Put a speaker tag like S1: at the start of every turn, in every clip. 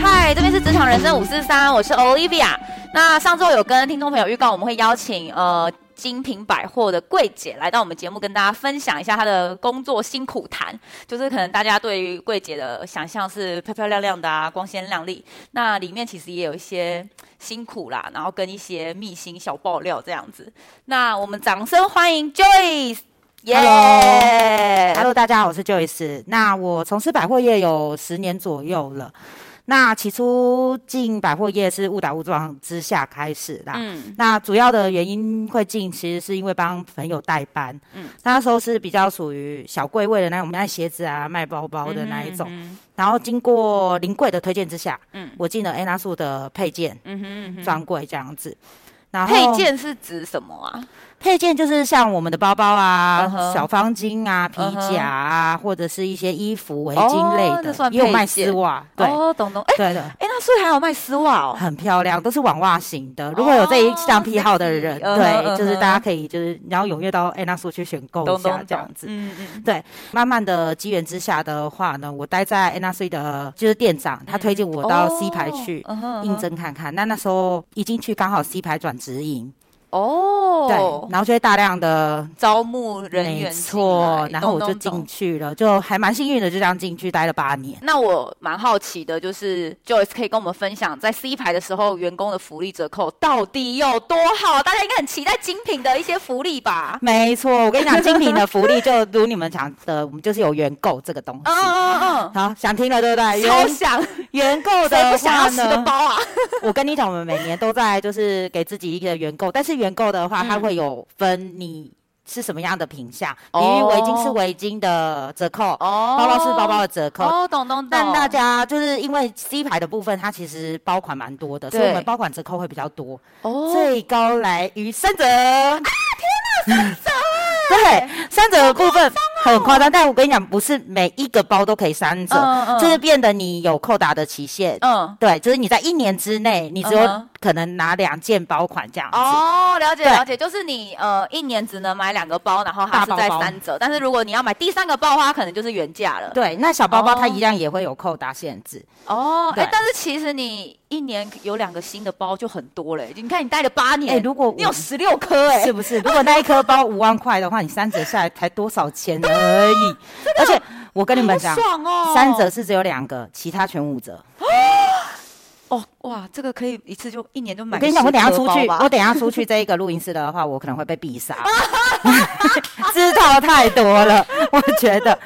S1: 嗨，这边是职场人生五四三，我是 Olivia。那上周有跟听众朋友预告，我们会邀请呃精品百货的柜姐来到我们节目，跟大家分享一下她的工作辛苦谈。就是可能大家对于柜姐的想象是漂漂亮亮的啊，光鲜亮丽，那里面其实也有一些辛苦啦，然后跟一些秘辛小爆料这样子。那我们掌声欢迎 Joyce，耶
S2: Hello Hello，大家好，我是 Joyce。那我从事百货业有十年左右了。那起初进百货业是误打误撞之下开始啦。
S1: 嗯
S2: 那主要的原因会进，其实是因为帮朋友代班。
S1: 嗯
S2: 嗯，那时候是比较属于小柜位的那种，我们卖鞋子啊、卖包包的那一种。然后经过临柜的推荐之下，
S1: 嗯
S2: 嗯，我进了安娜素的配件
S1: 嗯哼嗯哼
S2: 专柜这样子。然后
S1: 配件是指什么啊？
S2: 配件就是像我们的包包啊、
S1: 嗯哼
S2: 小方巾啊、皮
S1: 嗯哼
S2: 夹啊或者是一些衣服、围巾类
S1: 哦那
S2: 的，
S1: 算
S2: 也有卖
S1: 配件
S2: 丝袜，对、
S1: 哦，懂懂。哎、
S2: 对的，
S1: 哎、那所以还有卖丝袜哦。
S2: 很漂亮，都是网袜型的。如果有这一项癖好的人，
S1: 哦嗯哼嗯
S2: 对，就是
S1: 哼
S2: 大家可以就是然后踊跃到安娜苏去选购一下这样子。
S1: 嗯嗯
S2: 慢慢的机缘之下的话呢，我待在 N R C 的，就是店长，他推荐我到 C 排去
S1: 哦嗯哼嗯哼
S2: 应征看看。那那时候一进去刚好 C 排转直营，对
S1: 哦，，
S2: 然后就会大量的
S1: 招募人员
S2: 没
S1: 进
S2: 错
S1: 来，
S2: 然后我就。
S1: 懂懂
S2: 进
S1: 懂
S2: 去了，就还蛮幸运的，就这样进去待了八年。
S1: 那我蛮好奇的，就是 Joyce 可以跟我们分享，在 C 排的时候，员工的福利折扣到底有多好？大家应该很期待精品的一些福利吧？
S2: 没错，我跟你讲，精品的福利就如你们讲的，我们就是有原购这个东
S1: 嗯
S2: 西。
S1: 嗯
S2: 好，想听了对不对？
S1: 嗯，超
S2: 原
S1: 想，
S2: 原购
S1: 谁
S2: 的
S1: 不想要
S2: 话
S1: 十个
S2: 呢，
S1: 包啊？
S2: 我跟你讲，我们每年都在就是给自己一个原购，但是原购的话，它
S1: 嗯
S2: 会有分你是什么样的品相，比
S1: 哦
S2: 如围巾是围巾的折扣，
S1: 哦
S2: 包包是包包的折扣，
S1: 哦，懂懂懂。
S2: 但大家就是因为 C 牌的部分，它其实包款蛮多的，所以
S1: 对
S2: 我们包款折扣会比较多，
S1: 哦，
S2: 最高来于三折。啊，
S1: 啊
S2: 天哪，三折！ 对，三折的部分很夸张，但我跟你讲，不是每一个包都可以三折，
S1: 嗯嗯
S2: 就是变得你有扣打的期限。
S1: 嗯，
S2: 对，就是你在一年之内，你只有
S1: 嗯哼
S2: 可能拿两件包款这样子。
S1: 哦，了解
S2: 对
S1: 了解，就是你呃一年只能买两个包，然后它
S2: 大
S1: 是在
S2: 包包
S1: 三折，但是如果你要买第三个包的话，它可能就是原价了。
S2: 对，那小包包它
S1: 哦
S2: 一样也会有扣打限制。
S1: 哦，哎、
S2: 对
S1: 但是其实你一年有两个新的包就很多嘞，你看你待了八年，
S2: 哎、如果
S1: 你
S2: 我
S1: 有十六颗哎
S2: 是，不是？如果那一颗包五万块的话，你三折下来才多少钱 而已？而且我跟你们讲
S1: 好，爽哦，
S2: 三折是只有两个，其他全五折。
S1: 哦，哇，这个可以一次就一年就买。
S2: 我跟你讲，我等一下出去，我
S1: 我
S2: 等一下出去这一个录音室的话，我可能会被必杀， 知道太多了，我 觉得。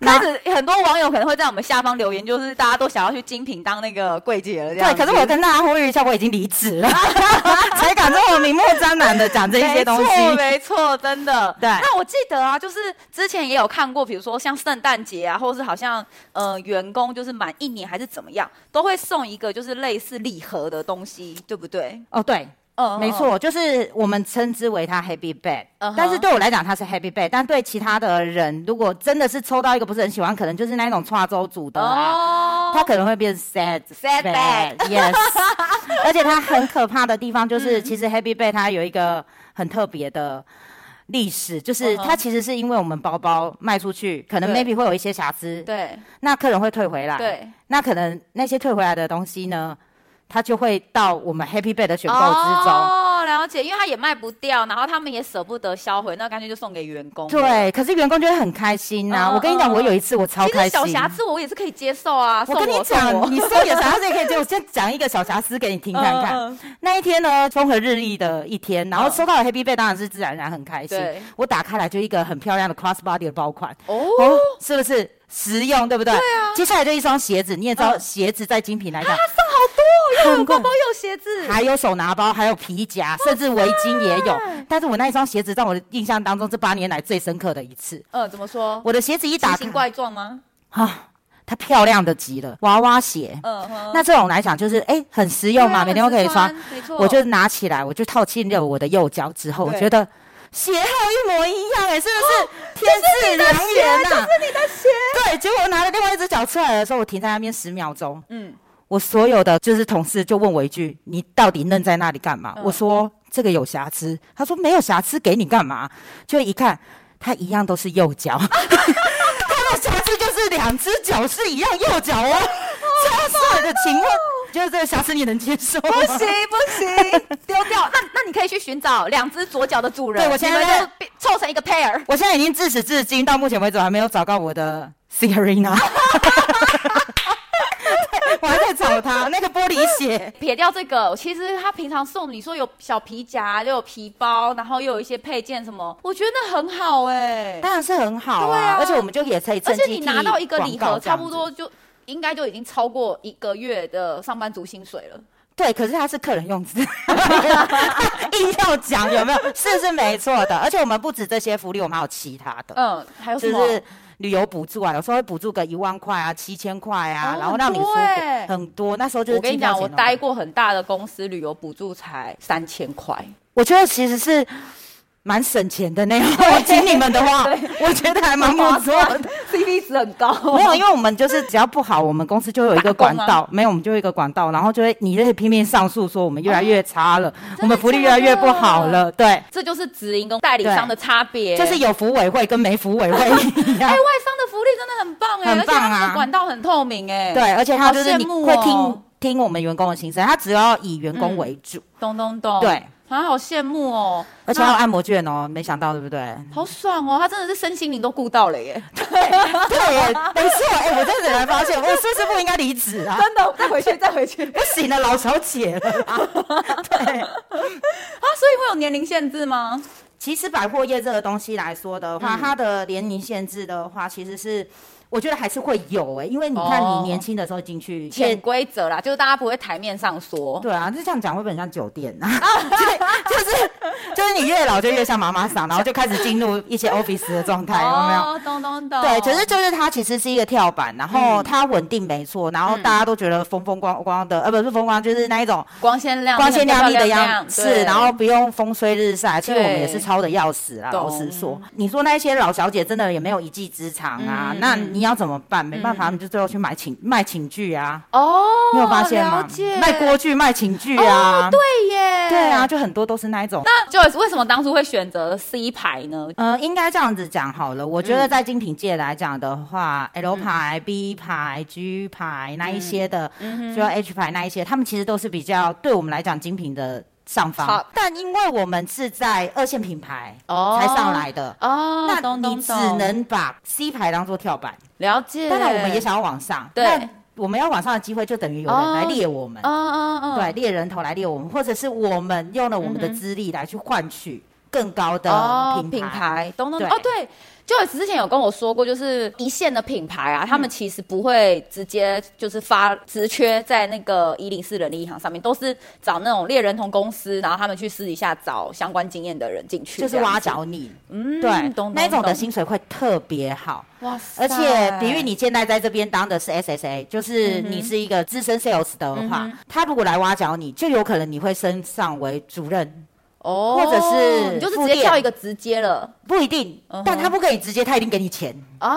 S1: 开始很多网友可能会在我们下方留言，就是大家都想要去精品当那个柜姐了这样
S2: 对，
S1: 子。
S2: 可是我跟大家呼吁一下，我已经离职了， 才敢这么明目张胆的讲这一些东西。
S1: 没错，没错，真的。
S2: 对
S1: 那我记得啊，就是之前也有看过，比如说像圣诞节啊，或者是好像呃员工就是满一年还是怎么样，都会送一个就是类似礼盒的东西，对不对？
S2: 哦，对，
S1: 嗯
S2: 没。错，就是我们称之为它 happy bag，、
S1: 嗯哼
S2: 但是对我来讲它是 happy bag，但对其他的人，如果真的是抽到一个不是很喜欢，可能就是那种跨州组的啊。
S1: 哦
S2: 它可能会变 sad
S1: Sad bag
S2: yes，而且它很可怕的地方
S1: 嗯
S2: 就是，其实 Happy Bag 它有一个很特别的历史，就是
S1: 嗯哼
S2: 它其实是因为我们包包卖出去，可能
S1: 对
S2: maybe 会有一些瑕疵，
S1: 对
S2: 那客人会退回来，
S1: 对，
S2: 那可能那些退回来的东西呢，它就会到我们 Happy Bag 的选购之中。
S1: 哦，了解，因为他也卖不掉，然后他们也舍不得销毁，那干脆就送给员工。。
S2: 对，可是员工就会很开心呐、
S1: 嗯
S2: 我跟你讲，
S1: 嗯
S2: 我有一次我超
S1: 其
S2: 开
S1: 实
S2: 心。
S1: 小瑕疵我也是可以接受啊，
S2: 我跟你
S1: 送我
S2: 讲，你送点瑕疵也可以接受。我先讲一个小瑕疵给你听看看。
S1: 嗯嗯
S2: 那一天呢，风和日丽的一天，然后
S1: 嗯
S2: 收到了 Happy Bag，当然是自然而然很开心
S1: 对。
S2: 我打开来就一个很漂亮的 Crossbody 的包款，
S1: 哦
S2: 哦，，是不是实用，对不对？对啊。接下来就一双鞋子，你也知道，
S1: 嗯
S2: 鞋子在精品来讲，
S1: 啊送好多，又有
S2: 很贵
S1: 包包，又有鞋子，
S2: 还有手拿包，还有皮夹，甚至围巾也有。
S1: 哎
S2: 但是我那一双鞋子，在我的印象当中，这八年来最深刻的一次。
S1: 呃，怎么说？
S2: 我的鞋子一
S1: 奇
S2: 打
S1: 形
S2: 开，
S1: 怪状吗？
S2: 啊，它漂亮的极了，娃娃鞋。
S1: 嗯哼，
S2: 那这种来讲，就是哎、很实用嘛，
S1: 对啊
S2: 每天都可以穿。，
S1: 很实没错。
S2: 我就拿起来，我就套进了我的右脚之后，我
S1: 对哦
S2: 觉得鞋号一模一样、哎，是不是天赐良缘呐、
S1: 这是你的鞋。
S2: 对，结果我拿了另外一只脚出来的时候，我停在那边十秒钟，
S1: 嗯，
S2: 我所有的就是同事就问我一句：“你到底愣在那里干嘛？”
S1: 嗯
S2: 我说：“这个有瑕疵。”他说：“没有瑕疵，给你干嘛？”就一看，他一样都是右 脚，他
S1: 哦
S2: 的瑕疵就是两只脚是一样右脚哦，超帅的。请问觉得这个瑕疵你能接受吗？
S1: 不行不 行，丢掉。那那你可以去寻找两只左脚的主人，
S2: 对我现在
S1: 你
S2: 在
S1: 们就变凑成一个 pair。
S2: 我现在已经自始至今到目前为止我还没有找到我的 Serena，对我还在找他那个玻璃鞋。
S1: 撇掉这个，其实他平常送你说有小皮夹，又有皮包，然后又有一些配件什么，我觉得那很好哎、
S2: 当然是很好啊，
S1: 对啊
S2: 而且我们就也可以趁
S1: 而
S2: 机
S1: 且你拿到一个
S2: 替
S1: 礼
S2: 广
S1: 盒，
S2: 告这
S1: 差
S2: 样
S1: 不
S2: 子
S1: 多就应该就已经超过一个月的上班族薪水了。
S2: 对，可是它是客人用纸， 硬要讲有没有？ 是是没错的，呃而且我们不止这些福利，我们还有其他的，
S1: 嗯，还有什
S2: 就
S1: 么？
S2: 是旅游补助啊，有时候会补助个一万块啊、七千块
S1: 哦
S2: 啊，然后让
S1: 很
S2: 你出
S1: 多
S2: 国
S1: 欸
S2: 很多。那时候就是
S1: 我跟你
S2: 机票
S1: 讲，
S2: 钱
S1: 我
S2: 哦
S1: 待，过很大的公司，旅游补助才三千块。
S2: 我觉得其实是蛮省钱的 那种。我请你们的话，我觉得还 蛮不错的。
S1: ，CP 值很高。
S2: 没有，因为我们就是只要不好，我们公司就有一
S1: 打
S2: 个
S1: 工啊
S2: 管道，没有我们就有一个管道，然后就会你在拼命上诉说我们越来越 差了，我们福利越来越不好了，对。
S1: 这就是直营跟代理商的差别。
S2: 就是有福委会跟没福委会一 样
S1: 哎，外。商的福利真的很棒哎，而
S2: 很
S1: 且他
S2: 棒
S1: 们
S2: 啊
S1: 的管道很透明哎。，
S2: 对，而且他就是
S1: 好
S2: 你
S1: 羡慕
S2: 会听、
S1: 哦
S2: 听我们员工的心声，他只要以员工为主，
S1: 懂懂懂。
S2: 对，
S1: 啊，好羡慕哦。
S2: 而且还有
S1: 那
S2: 按摩券哦，没想到对不 对？
S1: 好爽哦，他真的是身心灵都顾到了 耶。
S2: 对，没错，哎、我真的才发现，我是不是不应该离职啊？
S1: 真的，再回去，再回 去
S2: 不行了，老小姐了啦。对，
S1: 啊！所以会有年龄限制吗？
S2: 其实百货业这个东西来说的
S1: 嗯
S2: 话，它的年龄限制的话，其实是我觉得还是会有哎、因为你看
S1: 哦
S2: 你年轻的时候进去，
S1: 潜规则啦，就是大家不会台面上说。
S2: 对啊，就这样讲会不会很像酒店 啊？对，就是就是你越老就越像妈妈桑，然后就开始进入一些 office 的状态，有没有？
S1: 哦，懂懂懂。
S2: 对，可是就是它其实是一个跳板，然
S1: 嗯
S2: 后它稳定没错，然后大家都觉得风风光光的，呃，不是风光，就是那一种
S1: 光鲜亮丽
S2: 光鲜亮丽的
S1: 漂亮
S2: 样子，
S1: 对
S2: 然后不用风吹日晒。其实我们
S1: 对
S2: 也是超的要死啊，
S1: 懂
S2: 老实说，你说那些老小姐真的也没有一技之长啊，
S1: 嗯
S2: 那你要怎么办？没办法，你就最后去买寝卖寝具啊，
S1: 哦，
S2: 你有发现
S1: 了
S2: 吗
S1: 解？
S2: 卖锅具、卖寝具
S1: 哦
S2: 啊，，
S1: 对耶，
S2: 对啊，。就很多都是那一种。
S1: 那 Joyce 为什么当初会选择 C 牌呢？
S2: 呃，应该这样子讲好了。我觉得
S1: 嗯
S2: 在精品界来讲的话、l 牌、B 牌、G 牌那一些的，
S1: 嗯
S2: 就 H 牌那一些，他们其实都是比较对我们来讲精品的上方
S1: Top。
S2: 但因为我们是在二线品牌
S1: 哦
S2: 才上来的，
S1: 哦，
S2: 那
S1: 懂懂懂
S2: 你只能把 C 牌当做跳板。
S1: 了解。
S2: 当然，我们也想要往上，
S1: 对
S2: 那我们要往上的机会，就等于有人来猎我们。
S1: 嗯，嗯嗯嗯，
S2: 对，猎人头来猎我们，或者是我们用了我们的资历来去换取更高的
S1: 嗯哦，
S2: 品牌。
S1: 品牌，懂懂
S2: 对
S1: 懂哦，对。Joyce 之前有跟我说过，就是一线的品牌
S2: 嗯
S1: 啊，他们其实不会直接就是发职缺在那个一零四人力银行上面，都是找那种猎人头公司，然后他们去私底下找相关经验的人进去，
S2: 就是
S1: 这样
S2: 挖
S1: 子。
S2: 角你，
S1: 嗯，
S2: 对，
S1: 懂
S2: 那种的，
S1: 懂
S2: 薪水会特别好。
S1: 懂哇塞
S2: 而且，比喻你现在在这边当的是 SSA，就是
S1: 嗯
S2: 你是一个资深 sales 的话，他如果来挖角你，就有可能你会升上为主任，
S1: 哦，
S2: 或者是
S1: 你就是
S2: 副
S1: 直接
S2: 店
S1: 跳一个直接了
S2: 不一定
S1: 嗯哼，
S2: 但他不给你直接，他一定给你钱，
S1: 啊，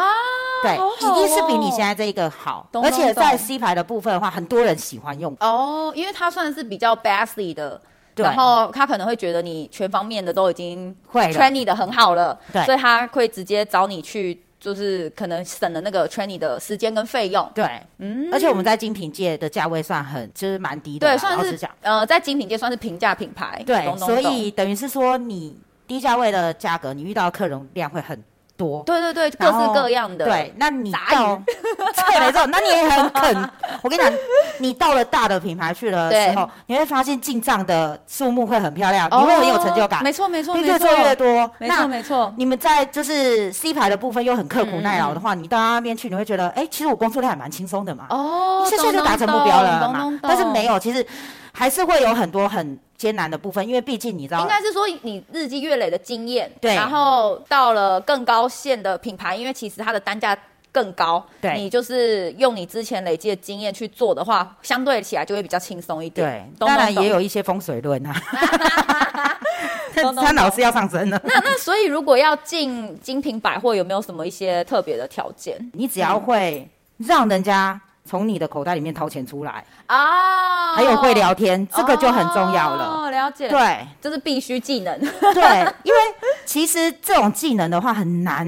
S2: 对，
S1: 好好
S2: 一定是比你
S1: 哦
S2: 现在这一个好。
S1: 懂
S2: 而且在
S1: 懂
S2: C 牌的部分的话，很多人喜欢用，
S1: 哦，因为他算是比较 basic 的，
S2: 对
S1: 然后他可能会觉得你全方面的都已经
S2: 会了
S1: train 你的很好了，
S2: 对
S1: 所以他会直接找你去，就是可能省了那个 train 你的时间跟费用。
S2: 对，嗯，而且我们在精品界的价位算很，就是蛮低的啦，
S1: 对，算
S2: 啊老实
S1: 是
S2: 讲。
S1: 呃，在精品界算是平价品牌，
S2: 对，
S1: 懂懂
S2: 所
S1: 懂
S2: 以等于是说你低价位的价格，你遇到的客人量会很多，
S1: 对对对，各
S2: 然
S1: 式
S2: 后
S1: 各样的，
S2: 对，那你
S1: 杂
S2: 到对没错，那你也很肯。我跟你讲，你到了大的品牌去了
S1: 对
S2: 之后，你会发现进账的数目会很漂亮，
S1: 哦，
S2: 你会很有成就感，
S1: 没错没错
S2: 你
S1: 没
S2: 越
S1: 错，
S2: 做越多，
S1: 没错
S2: 那。
S1: 没错，嗯
S2: 你们在就是 C 牌的部分又很刻苦耐劳的话，你到那边去，你会觉得，哎、其实我工作量还蛮轻松的嘛。
S1: 哦，
S2: 现在就
S1: 懂
S2: 达成目标了
S1: 懂
S2: 嘛。
S1: 懂懂
S2: 但是没有，其实还是会有很多很艰难的部分，因为毕竟你知道
S1: 应，该是说你日积月累的经验，
S2: 对
S1: 然后到了更高线的品牌，因为其实它的单价更高，
S2: 对
S1: 你就是用你之前累积的经验去做的话，相对起来就会比较轻松一点。
S2: 对，
S1: 懂
S2: 当然
S1: 懂
S2: 也有一些风水论 啊，
S1: 懂懂
S2: 他老是要上升了。
S1: 那 那所以如果要进精品百货，有没有什么一些特别的条件？
S2: 你只要会让人家从你的口袋里面掏钱出来，
S1: 啊，
S2: 还有会聊天，这个就很重要了。
S1: 哦，了解，，
S2: 对
S1: 这是必须技能。
S2: 对，因为其实这种技能的话很难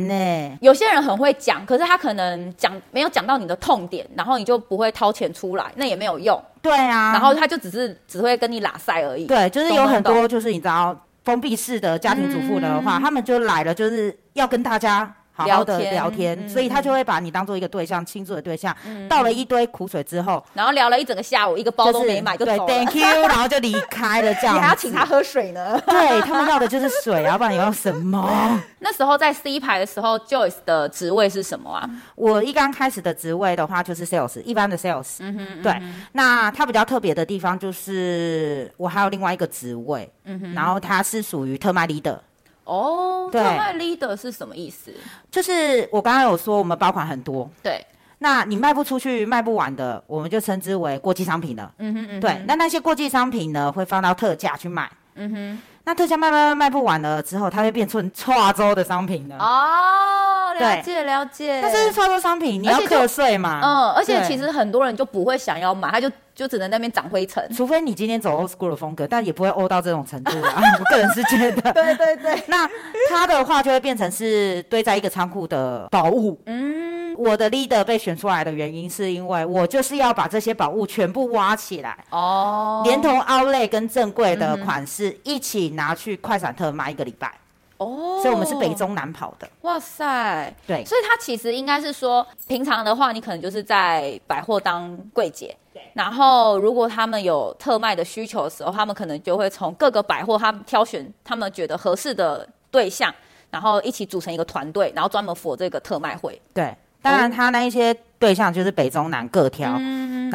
S2: 呢、
S1: 有些人很会讲，可是他可能讲没有讲到你的痛点，然后你就不会掏钱出来，那也没有用。
S2: 对啊，
S1: 然后他就只是只会跟你拉塞而已。
S2: 对，就是有
S1: 懂懂
S2: 很
S1: 懂嗯
S2: 多就是你知道封闭式的家庭主妇的话，他们就来了，就是要跟大家。好好的
S1: 聊天
S2: 聊天，
S1: 嗯
S2: 所以他就会把你当做一个对象，倾诉的对象。倒了一堆苦水之后，
S1: 然后聊了一整个下午，一个包
S2: 就
S1: 都
S2: 是
S1: 没买就
S2: 对
S1: 走了，
S2: ，Thank you，然 啊后就离开了这样。
S1: 你还要请他？喝水呢。
S2: 对他们要的就是水啊，不然你要什么？
S1: 那时候在 C 排的时候，Joyce 的职位是什么啊？
S2: 我一刚开始的职位的话，就是 sales，一般的 sales。嗯哼，对。那它比较特别的地方就是，我还有另外一个职位，嗯哼，然后它是属于特卖 leader。
S1: 哦，
S2: 对
S1: 特卖 leader 是什么意思？
S2: 就是我刚刚有说，我们包款很多，
S1: 对，
S2: 那你卖不出去、卖不完的，我们就称之为过季商品了。
S1: 嗯哼嗯，
S2: 对，那那些过季商品呢，会放到特价去卖。嗯哼，那特价卖卖卖卖不完了之后，它会变成跨州的商品了。
S1: 哦，了
S2: 对
S1: 解了解。
S2: 但是跨州商品你
S1: 而
S2: 要
S1: 且就
S2: 课税嘛？
S1: 嗯，而且
S2: 对
S1: 其实很多人就不会想要买，他就就只能在那边长灰尘。
S2: 除非你今天走 old school 的风格，但也不会欧到这种程度啦。 我个人是觉得，
S1: 对对对，
S2: 那它的话就会变成是堆在一个仓库的宝物。
S1: 嗯，
S2: 我的 leader 被选出来的原因，是因为我就是要把这些宝物全部挖起来，
S1: 哦，嗯
S2: 连同 Outlet 跟正柜的款式一起拿去快闪特卖一个礼拜，
S1: 哦，
S2: 所以我们是北，中南跑的。
S1: 哇塞，
S2: 对
S1: 所以他其实应该是说，平常的话，你可能就是在百货当柜姐。然后，如果他们有特卖的需求的时候，他们可能就会从各个百货，他们挑选他们觉得合适的对象，然后一起组成一个团队，然后专门 for 这个特卖会。
S2: 对，当然他那一些对象就是北中南各
S1: 嗯
S2: 挑，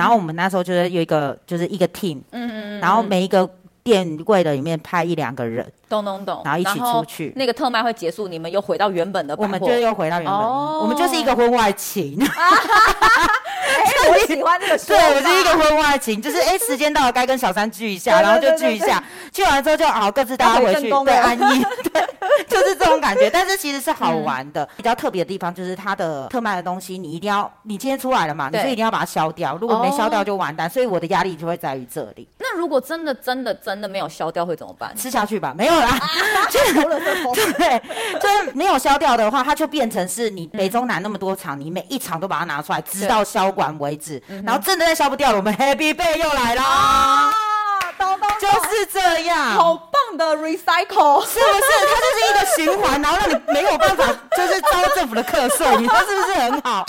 S2: 然后我们那时候就是有一个就是一个 team，
S1: 嗯
S2: 然后每一个店柜的里面派一两个人，
S1: 懂懂懂。
S2: 然后一起出去
S1: 那个特卖会结束，你们又回到原本的百货。
S2: 我们就 又回到原本，
S1: 哦
S2: 我们就是一个婚外情。
S1: 哎，我喜欢这个说
S2: 对，
S1: 法。
S2: 我们是一个婚外情，就是哎，时间到了该跟小三聚一下，然后就聚一下，聚完之后就好各自大家
S1: 要
S2: 回去，
S1: 回正宫
S2: 对，
S1: 了
S2: 安 逸，对，就是这种感觉。但是其实是好
S1: 嗯
S2: 玩的，比较特别的地方就是它的特卖的东西，你一定要，你今天出来了嘛，你
S1: 对哦
S2: 就一定要把它消掉，如果没消掉就完蛋。所以我的压力就会在于这里，
S1: 那如果真的真的真的没有消掉会怎么办？
S2: 吃下去吧，没有
S1: 啊
S2: 啦，对，就是没有消掉的话，它就变成是你北中南那么多场，你每一场都把它拿出来，直到消完为止。
S1: 嗯
S2: 然后真的再消不掉了，我们 Happy Bay 又来
S1: 哦
S2: 啦。
S1: 懂懂
S2: 就是这样，
S1: 好棒的 recycle。
S2: 是不是？它就是一个循环，然后让你没有办 法，就是遭政府的课税，你说是不是很好？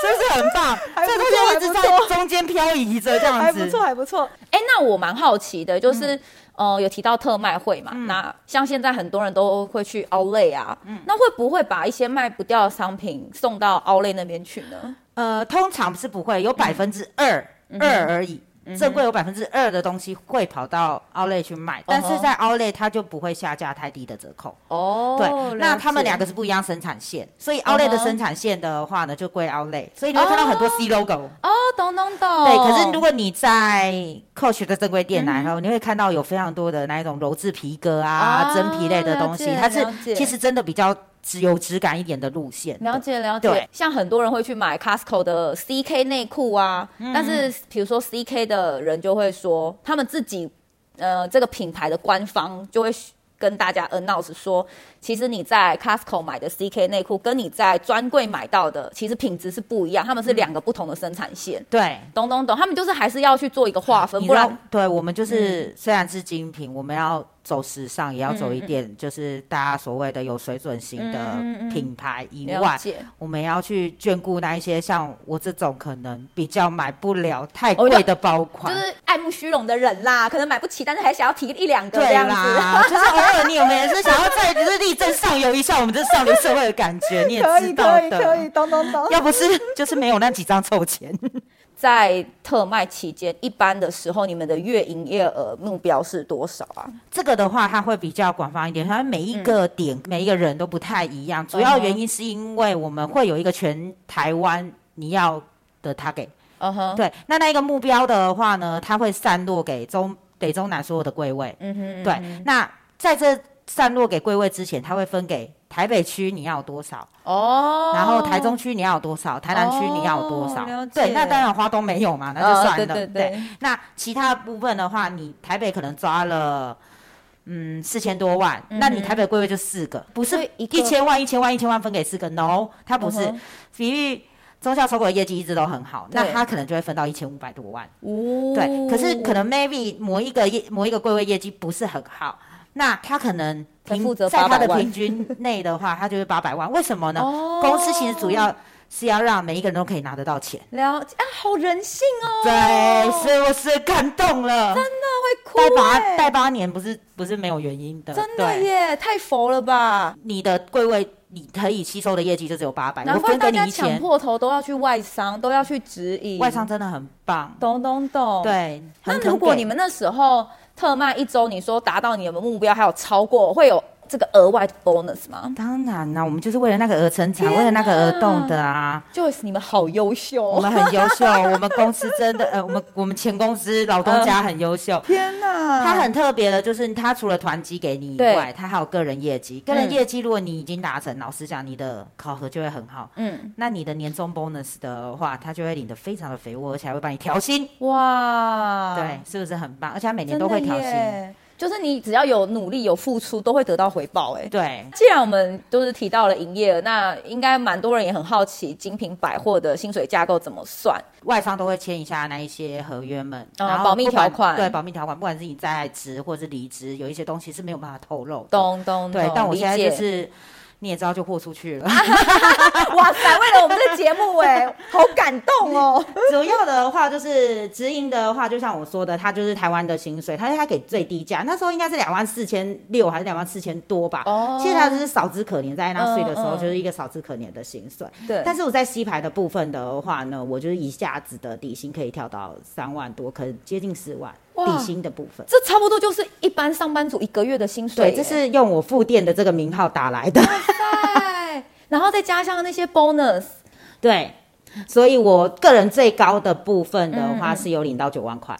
S2: 是不是很棒？
S1: 不错
S2: 这东西一直
S1: 还不错
S2: 在中间漂移着，这样子。
S1: 还不错。哎、那我蛮好奇的，就是、呃，有提到特卖会嘛？那像现在很多人都会去 Outlet 啊，那会不会把一些卖不掉的商品送到 Outlet 那边去呢？
S2: 呃，通常是不会，有百分之二
S1: 嗯
S2: 二而已。正规有百分之二的东西会跑到 Outlet 去卖，但是在 Outlet 它就不会下架太低的折扣。
S1: 哦，
S2: 对，那他们两
S1: 个
S2: 个是不一样生产线，所以 Outlet 的
S1: 嗯哼
S2: 生产线的话呢，就归 Outlet，所以你会看到很多 C logo。
S1: 哦，懂懂懂。
S2: 对，可是如果你在 Coach 的正规店
S1: 嗯
S2: 来，然后你会看到有非常多的那一种柔质皮革啊、
S1: 啊
S2: 真皮类的东
S1: 了
S2: 西
S1: 解，
S2: 它
S1: 了解
S2: 是其实真的比较只有质感一点的路线的。
S1: 了解了解
S2: 对，
S1: 像很多人会去买 Costco 的 CK 内裤啊，
S2: 嗯
S1: 但是比如说 CK 的人就会说，他们自己呃这个品牌的官方就会跟大家 announce 说，其实你在 Costco 买的 CK 内裤跟你在专柜买到的其实品质是不一样，他们是
S2: 嗯
S1: 两个不同的生产线。
S2: 对，
S1: 懂懂懂，他们就是还是要去做一个划分，
S2: 嗯你
S1: 不嗯
S2: 知道
S1: 然
S2: 对我们就是、虽然是精品，我们要走时尚，也要走一
S1: 嗯
S2: 点、就是大家所谓的有水准型的品牌以
S1: 了
S2: 外，
S1: 解。
S2: 我们要去眷顾那一些像我这种可能比较买不了太
S1: 哦
S2: 贵的包款。
S1: 就是爱慕虚荣的人啦，可能买不起，但是还想要提一两个这
S2: 对
S1: 样子。
S2: 啦，就是偶尔你有没有也是想要再就是力争上游一下我们这上流社会的感觉，你也知道的。
S1: 懂懂懂。
S2: 要不是就是没有那几张臭钱，
S1: 在特卖期间，一般的时候，你们的月营业额目标是多少啊？
S2: 这个的话它会比较广泛一点，它每
S1: 嗯
S2: 一个点、每一个人都不太一样。主要原因是因为我们会有一个全台湾你要的 target，、
S1: 嗯哼，
S2: 对，那那一个目标的话呢，它会散落给中北中南所有的柜位，
S1: 嗯哼，
S2: 对，那在这散落给柜位之前，它会分给台北区你要有多少，
S1: 哦，
S2: 然后台中区你要有多少，台南区你要有多少
S1: 哦了。解
S2: 对，那当然花东没有嘛，那
S1: 呃
S2: 就算
S1: 对
S2: 了。
S1: 对
S2: 对，
S1: 对，
S2: 那其他部分的话，你台北可能抓了。嗯，四千多万，那你台北归位就四个，不
S3: 所
S2: 是
S3: 以一个
S2: 一千万、一千万、一千万分给四个，no，它不是
S1: 嗯哼。
S2: 比喻中校收购的业绩一直都很好，那
S1: 对
S2: 它可能就会分到一千五百多万。
S3: 哦
S2: 对，可是可能 maybe 某一个业某一个柜位业绩不是很好，那他可能
S3: 才
S2: 平
S3: 负责
S2: 在他的
S3: 800万
S2: 平均内的话，他就是八百 万。为什么呢？
S1: 哦
S2: 公司其实主要是要让每一个人都可以拿得到钱。
S1: 了解啊，好人性哦，
S2: 对，是不是感动了？
S1: 真的会哭、
S2: 待八
S1: 欸，
S2: 待八年不是不是没有原因的，
S1: 真的
S2: 对。
S1: 耶，太佛了吧？
S2: 你的柜位你可以吸收的业绩就只有八百，
S1: 难
S2: 哎我
S1: 怪
S2: 分
S1: 大
S2: 给你
S1: 家
S2: 一
S1: 抢
S2: 千。
S1: 破头都要去外商，都要去直营
S2: 外商，真的很棒，
S1: 懂懂懂。，
S2: 对。
S1: 哦那
S2: 很肯
S1: 如果
S2: 给
S1: 你们那时候特卖一周，你说达到你的目标，还有超过，会有这个额外的 bonus 吗
S2: 当然啦、我们就是为了那个而成长，
S1: 天
S2: 为了那个
S1: 哪
S2: 而动的啊。
S1: ？Joyce，你们好优秀
S2: 我
S1: 哦，
S2: 们很优秀，我们公司真的，呃，我们我们前公司老东家很优秀。
S1: 嗯天哪
S2: 他很特别的，就是他除了团积给你以
S1: 对
S2: 外，他还有个人业绩。个
S1: 嗯
S2: 人业绩，如果你已经达成，老实讲，你的考核就会很好。
S1: 嗯，
S2: 那你的年终 bonus 的话，他就会领得非常的肥沃，而且还会帮你调薪。
S1: 哇，
S2: 对，，是不是很棒？而且他每
S1: 嗯
S2: 年
S1: 真
S2: 都
S1: 的
S2: 会调薪。
S1: 耶，就是你只要有努力、有付出，都会得到回报，哎。
S2: 对，
S1: 既然我们就是提到了营业额，那应该蛮多人也很好奇精品百货的薪水架构怎么算。
S2: 外商都会签一下那一些合约们，
S1: 哦
S2: 然后
S1: 保密
S2: 不管
S1: 条款
S2: 对，保密条款，不管是你在职或是离职，有一些东西是没有办法透露的。
S1: 咚咚，
S2: 对
S1: 咚，
S2: 但
S1: 嗯
S2: 我
S1: 理
S2: 现在就
S1: 解
S2: 是你也知道，就豁出去了。
S1: 哇塞，为了我们这节目哎、好感动哦。
S2: 主要的话就是直营的话，就像我说的，它就是台湾的薪水，它它给最低价，那时候应该是两万四千六还是两万四千多吧。
S1: 哦
S2: 其实它就是少之可怜，在纳税的时候
S1: 嗯嗯
S2: 就是一个少之可怜的薪水。
S1: 对
S2: 但是我在西牌的部分的话呢，我就是一下子的底薪可以跳到三万多，可能接近四万
S1: 哇
S2: 底薪的部分。
S1: 这差不多就是一般上班族一个月的薪水耶。
S2: 对，这是用我副店的这个名号打 来的。
S1: 哎，然后再加上那些 bonus，
S2: 对，所以我个人最高的部分的
S1: 嗯
S2: 话是有领到九万块。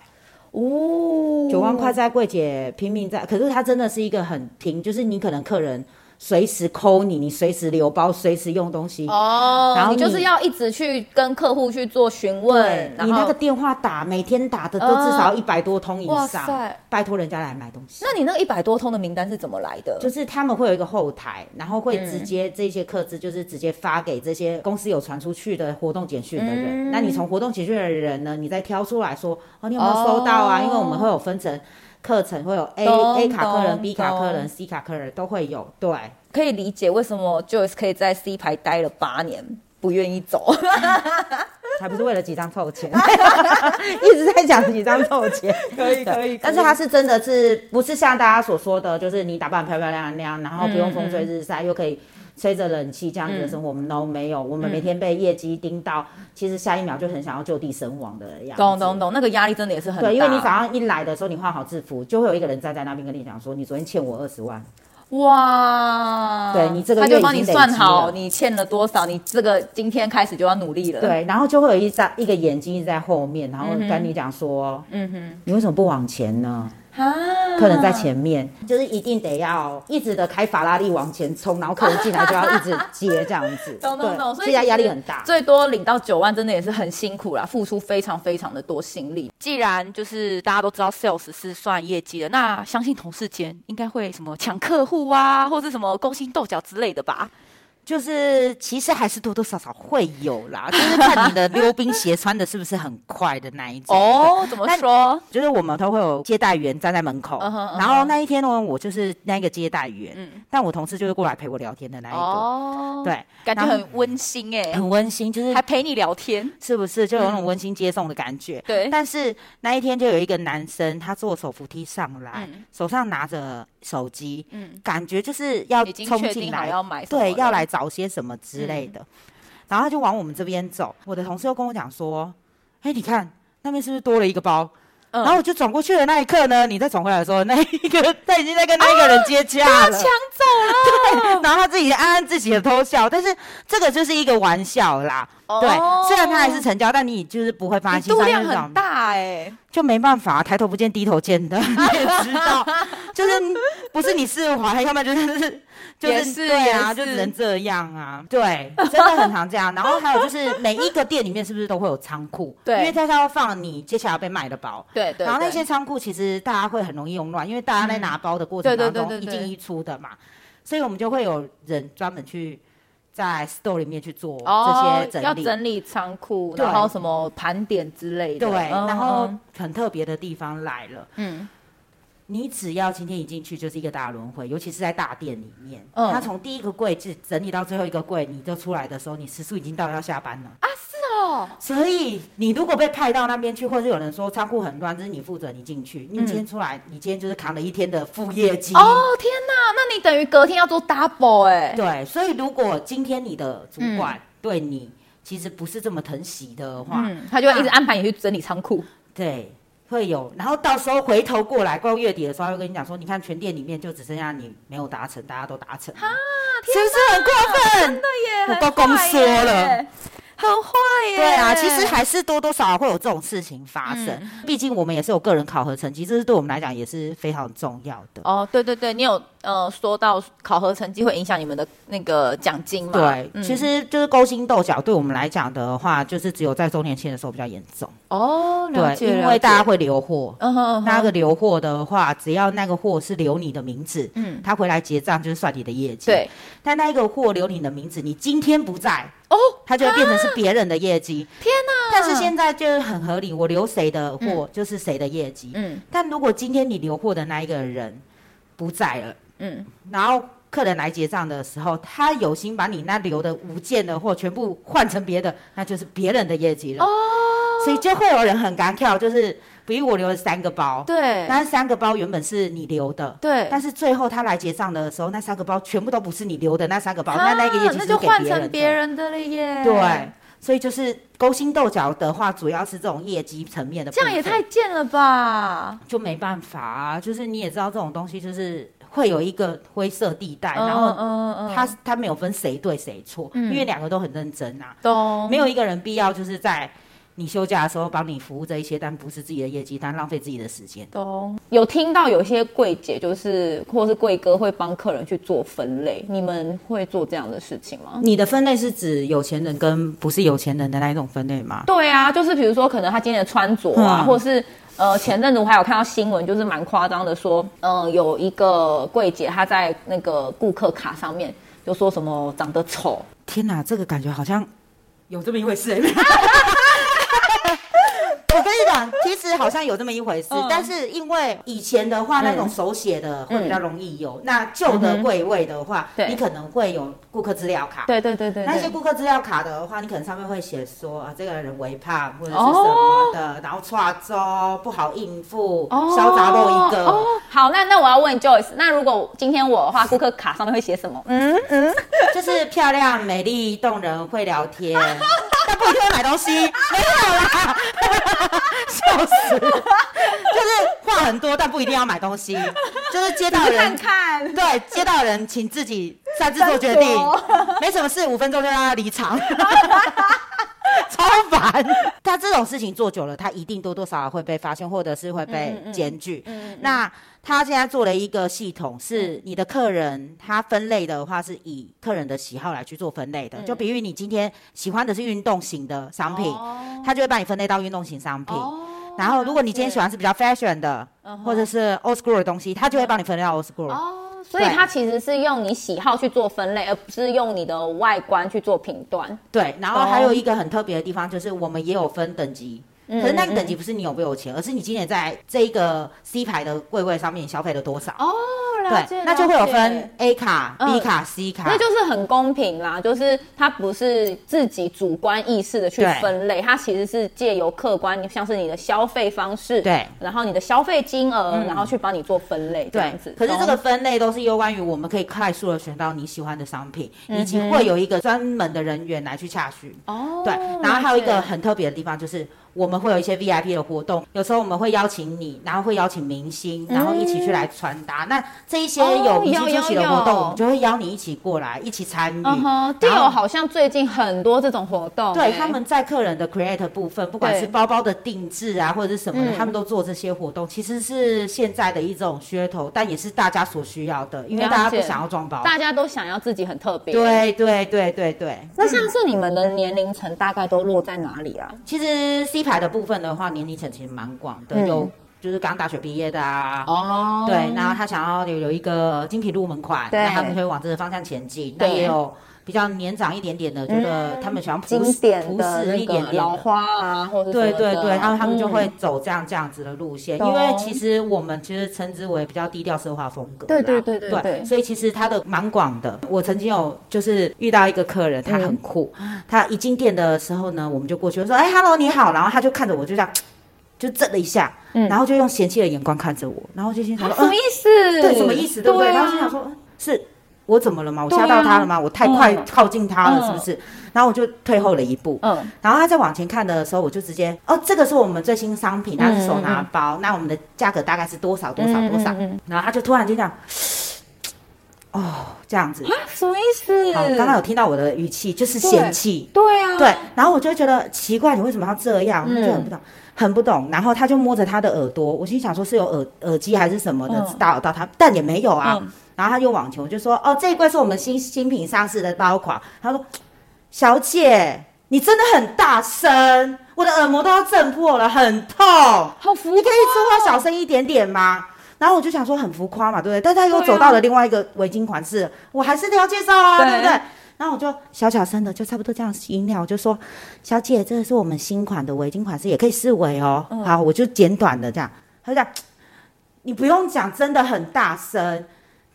S1: 哦，
S2: 九万块在柜姐拼命在，可是它真的是一个很平，就是你可能客人随时抠你，你随时留包，随时用东西。
S1: 哦，
S2: 然后
S1: 你就是
S2: 你
S1: 要一直去跟客户去做询问，然
S2: 你那
S1: 后哦
S2: 个电话打，每天打的都至少一百多通以
S1: 哇
S2: 上，
S1: 塞
S2: 拜托人家来买东西。
S1: 那你那个一百多通的名单是怎么来的？
S2: 就是他们会有一个后台，然后会
S1: 嗯
S2: 直接、这些客资就是直接发给这些公司有传出去的活动简讯的人。那你从活动简讯的人呢，你再挑出来说，哦，你有没有收到啊？
S1: 嗯哦
S2: 因为我们会有分成课程，会有 A
S1: 懂
S2: A 卡客人、
S1: 懂
S2: B 卡客
S1: 懂
S2: 人、C 卡客人都会有。对，
S1: 可以理解为什么 Joyce 可以在 C 排待了八年，不愿意 走。
S2: 还不是为了几张臭钱， 一直在讲几张臭钱。
S1: 可以
S2: 对但是它是真的是不是像大家所说的，就是你打扮漂漂亮亮，然
S1: 嗯
S2: 后不用风吹日晒，又可以吹着冷气这样子的生活，我们都没有。我们每天被业绩盯到，其实下一秒就很想要就地身亡的样子。
S1: 懂懂懂，那个压力真的也是很大。
S2: 对，因为你早上一来的时候，你换好制服，就会有一个人站在那边跟你讲说，你昨天欠我二十万。
S1: 哇，
S2: 对你这个
S1: 他就
S2: 月已
S1: 帮你
S2: 经累
S1: 算
S2: 积
S1: 好
S2: 了
S1: 你欠了多少，你这个今天开始就要努力了。，
S2: 对，然后就会有一张一个眼睛一直在后面，然后
S1: 嗯
S2: 跟你讲说，嗯哼，你为什么不往前呢？
S1: 啊，
S2: 客人在前面，就是一定得要一直的开法拉利往前冲，然后客人进来就要一直接这样子，
S1: 懂懂懂，所以
S2: 对所以他压力
S1: 其实
S2: 很大。
S1: 最多领到九万，真的也是很辛苦啦，付出非常非常的多心力。既然就是大家都知道 sales 是算业绩的，那相信同事间应该会什么抢客户啊，或是什么勾心斗角之类的吧？
S2: 就是其实还是多多少少会有啦， 就是看你的溜冰鞋穿的是不是很快的那一 种。
S1: 哦，怎么说？
S2: 就是我们都会有接待员站在门口
S1: 嗯哼嗯哼
S2: 然后那一天呢，我就是那个接待员，
S1: 嗯
S2: 但我同事就是过来陪我聊天的那一个，
S1: 哦，，
S2: 对，
S1: 感觉
S2: 然后
S1: 很温馨哎、
S2: 很温馨，就是
S1: 还陪你聊天。
S2: 是不是就有那种温馨接送的感觉？
S1: 对
S2: 但是那一天就有一个男生，他坐手扶梯上来，
S1: 嗯
S2: 手上拿着手机，
S1: 嗯，
S2: 感觉就是要
S1: 已经
S2: 冲
S1: 确
S2: 进
S1: 定好
S2: 来，
S1: 要买什么
S2: 对，
S1: 了嗯
S2: 要来找些什么之类的。然后他就往我们这边走，我的同事又跟我讲说：“哎，你看那边是不是多了一个包？”
S1: 嗯
S2: 然后我就转过去的那一刻呢，你再转回来的时候，那一个 他已经在跟那一个人接洽
S1: 他
S2: 了，
S1: 抢
S2: 哎
S1: 走了，
S2: 然后他自己暗暗自己的偷笑，但是这个就是一个玩笑啦。对，虽然它还是成交，但你就是不会发
S1: 哦你
S2: 现
S1: 度
S2: 它
S1: 量
S2: 那种
S1: 很大哎、
S2: 就没办法，抬头不见低头见的， 你也 知道，就是不是你释怀，要么就是就
S1: 也
S2: 是
S1: 是
S2: 对啊，
S1: 也
S2: 就是只能这样啊，对，真的很常这样。然后还有就是每一个店里面是不是都会有仓库？
S1: 对
S2: 因为它是要放你接下来要被卖的包。
S1: 对对
S2: 然后那
S1: 对
S2: 些仓库其实大家会很容易用乱，因为大家在拿包的过
S1: 对
S2: 程
S1: 对
S2: 当
S1: 对对
S2: 中一
S1: 对
S2: 进一出的嘛，所以我们就会有人专门去在 store 里面去做
S1: 哦
S2: 这些
S1: 要
S2: 整理。
S1: 整理仓库，
S2: 对
S1: 然后什么盘点之类的，
S2: 对，
S1: 嗯
S2: 然后
S1: 嗯
S2: 很特别的地方来了。
S1: 嗯
S2: 你只要今天一进去就是一个大轮回，尤其是在大店里面，
S1: 嗯
S2: 他从第一个柜子整理到最后一个柜，你就出来的时候，你时速已经到要下班了。
S1: 啊是哦，
S2: 所以你如果被派到那边去，或者有人说仓库很乱，这是你负责，你进去，你今天出来，你今天就是扛了一天的副业绩。
S1: 嗯哦天哪，那你等于隔天要做 double 哎、
S2: 对，所以如果今天你的主
S1: 嗯
S2: 管对你其实不是这么疼惜的话，
S1: 嗯，他就
S2: 啊
S1: 会一直安排你去整理仓库，
S2: 对，会有。然后到时候回头过来，到月底的时候，他会跟你讲说，你看全店里面就只剩下你没有达成，大家都达成了，是不是很过分？
S1: 耶
S2: 我都公说了，
S1: 很坏耶，
S2: 对啊，其实还是多多少少会有这种事情发生。
S1: 嗯
S2: 毕竟我们也是有个人考核成绩，这是对我们来讲也是非常重要的。
S1: 哦，对对对，你有呃说到考核成绩会影响你们的那个奖金嘛？
S2: 对，
S1: 嗯
S2: 其实就是勾心斗角，对我们来讲的话，就是只有在周年庆的时候比较严重。
S1: 哦，了
S2: 对，
S1: 解，
S2: 因
S1: 了
S2: 为
S1: 解
S2: 大家会留货，
S1: 嗯哼嗯哼
S2: 那个留货的话，只要那个货是留你的名字，
S1: 嗯
S2: 嗯，他回来结账就是算你的业绩。
S1: 对
S2: 但那一个货留你的名字，你今天不在，
S1: 哦，
S2: 它就会变成是别人的业绩。
S1: 天哪！
S2: 但是现在就是很合理，我留谁的货就是谁的业绩。
S1: 嗯
S2: 但如果今天你留货的那一个人不在了，
S1: 嗯，
S2: 然后客人来结账的时候，他有心把你那留的五件的货全部换成别的，那就是别人的业绩了。哦，所以就会有人很干跳，就是比如我留了三个包，
S1: 对
S2: 哦那三个包原本是你留的。
S1: 对，
S2: 但是最后他来结账的时候，那三个包全部都不是你留的那三个包，
S1: 啊
S2: 那那个业绩
S1: 那
S2: 是
S1: 就
S2: 给
S1: 换
S2: 别人
S1: 成
S2: 的
S1: 别人的了耶，
S2: 对，，所以就是勾心斗角的话，主要是这种业绩层面的部
S1: 这
S2: 分。
S1: 样也太贱了吧？
S2: 就没办法啊，就是你也知道这种东西就是会有一个灰色地带，
S1: 嗯
S2: 然后
S1: 嗯嗯，
S2: 他他没有分谁对谁错，因为两个都很认真啊，
S1: 懂
S2: 没有一个人必要就是在你休假的时候帮你服务这一些，但不是自己的业绩，但浪费自己的时间。
S1: 懂。有听到有些柜姐就是或是柜哥会帮客人去做分类，你们会做这样的事情吗？
S2: 你的分类是指有钱人跟不是有钱人的那一种分类吗？
S1: 对啊，就是比如说，可能他今天的穿着啊，
S2: 嗯
S1: 或是呃，前阵子我还有看到新闻，就是蛮夸张的说，嗯、有一个柜姐她在那个顾客卡上面就说什么长得丑，
S2: 天哪，这个感觉好像有这么一回事、欸 我跟你讲，其实好像有这么一回事，
S1: 嗯
S2: 但是因为以前的话，那种手写的会比较容易有。那旧的柜位的话，
S1: 对
S2: 你可能会有顾客资料卡。
S1: 对对对对
S2: 那些
S1: 对，
S2: 顾客资料卡的话，你可能上面会写说啊，这个人微胖或者是什么的，然后跨州不好应付，小杂肉一个。
S1: 哦，好，那那我要问 Joyce，那如果今天我的话，顾客卡上面会写什么？嗯，
S2: 就是漂亮、美丽、动人、会聊天，但不一定会买东西，没有啦，笑死！就是话很多，但不一定要买东西，就是接到
S1: 看
S2: 人。
S1: 看，
S2: 对，接到人请自己擅自做决
S1: 斟
S2: 定
S1: 酌，
S2: 没什么事，五分钟就让他离场， 超烦。 他这种事情做久了，他一定多多少少会被发现，或者是会
S1: 嗯
S2: 被检举。那他现在做了一个系统，
S1: 嗯
S2: 是你的客人他分类的话，是以客人的喜好来去做分类的。
S1: 嗯
S2: 就比如你今天喜欢的是运动型的商品，
S1: 哦
S2: 他就会把你分类到运动型商品。
S1: 哦嗯
S2: 然后，如果你今天喜欢是比较 fashion 的，
S1: 哼嗯
S2: 或者是 old school 的东西，他就会帮你分类到 old school。
S1: 哦，所以
S2: 对
S1: 它其实是用你喜好去做分类，而不是用你的外观去做评断。
S2: 对，然后还有一个很特别的地方就是，我们也有分等级。
S1: 嗯
S2: 可是那个等级不是你有没有钱，而是你今年在这一个 C 牌的柜位上面消费了多少。
S1: 哦，
S2: 对，那就会有分 A 卡、
S1: 嗯
S2: B 卡、C 卡。
S1: 那就是很公平啦，就是它不是自己主观意识的去
S2: 对
S1: 分类，它其实是借由客观，像是你的消费方式，
S2: 对，嗯
S1: 然后你的消费金额，然后去帮你做分类，这
S2: 对
S1: 样子。，
S2: 可是这个
S1: 懂
S2: 分类都是有关于我们可以快速的选到你喜欢的商品，以及
S1: 嗯
S2: 会有一个专门的人员来去洽询。
S1: 哦，
S2: 对，然后还有一个
S1: 了解
S2: 很特别的地方就是，我们会有一些 VIP 的活动，有时候我们会邀请你，然后会邀请明星，然后一起去来传达。那这一些有明星出席的活动，
S3: 嗯哦有有有
S2: 我们就会邀你一起过来，一起参与。
S3: 嗯哼，
S2: 然后
S3: Dior 好像最近很多这种活动，
S2: 对，
S1: 欸
S3: 哎
S2: 他们在客人的 create 部分，不管
S3: 对
S2: 是包包的定制啊，或者是什么的，
S3: 嗯
S2: 他们都做这些活动，其实是现在的一种噱头，但也是大家所需要的，因为
S3: 了
S2: 大家
S3: 解
S2: 不想要装包。
S3: 大家都想要自己很特别。，
S2: 对对对对对，
S3: 那像是你们的年龄层大概都落在哪里啊？
S2: 其实 C 牌的部分的话，年龄层其实蛮广的，
S3: 嗯
S2: 有就是刚大学毕业的啊。
S3: 哦
S2: 对，然后他想要有有一个精品入门款，
S3: 对
S2: 那他们会往这个方向前进。那
S3: 对嗯
S2: 也有比较年长一点点的，觉得他们喜欢朴
S3: 经
S2: 实
S3: 典
S2: 朴
S3: 的
S2: 实
S3: 那
S2: 一点
S3: 个
S2: 点
S3: 老
S2: 的。
S3: 花啊，或者
S2: 对对对，然
S3: 然
S2: 后
S3: 后
S2: 他们就会走这样这样子的路线，
S3: 懂
S2: 因为其实我们其实称之为比较低调奢华风格啦。
S3: 对对对对
S2: 对
S3: 对
S2: 所以其实它的蛮广的。我曾经有就是遇到一个客人，他很酷，
S3: 嗯
S2: 他一进店的时候呢，我们就过去我说：“哎，hello，你好。”然后他就看着我，就这样就震了一下，
S3: 嗯
S2: 然后就用嫌弃的眼光看着我，然后就心想说：“呃
S1: 什么意思？
S2: 嗯对，什么意思？对不对？
S1: 啊
S2: 然后心想说，是我怎么了吗？我
S1: 对
S2: 吓到他了吗？我太快
S3: 啊嗯
S2: 靠近他了，
S1: 嗯
S2: 是不是？然后我就退后了一步。
S1: 嗯，
S2: 然后他在往前看的时候，我就直接哦，这个是我们最新商品，它是手拿
S3: 嗯
S2: 包，那我们的价格大概是多少多少多少。
S3: 嗯嗯嗯
S2: 然后他就突然就这样，哦，这样子。
S3: 什么意思？
S2: 好，刚刚有听到我的语气，就是嫌弃。
S3: 嗯对啊，
S2: 对，然后我就觉得奇怪，你为什么要这样？我就很不懂，很不懂。然后他就摸着他的耳朵，我心想说是有耳耳机还是什么的
S1: 嗯
S2: 打扰到他，但也没有啊。
S1: 嗯
S2: 然后他就往前，我就说哦，这一柜是我们新新品上市的包款。他说，小姐，你真的很大声，我的耳膜都要震破了，很痛。
S3: 好浮
S2: 你可以说话小声一点点吗？然后我就想说很浮夸嘛，对不对？但他又
S3: 对啊
S2: 走到了另外一个围巾款式，我还是得要介绍啊，
S3: 对
S2: 对不对？然后我就小小声的，就差不多这样音量，我就说：“小姐，这个是我们新款的围巾款式，也可以试围哦。
S3: 嗯
S2: 好，我就简短的这样，他就讲：“你不用讲，真的很大声，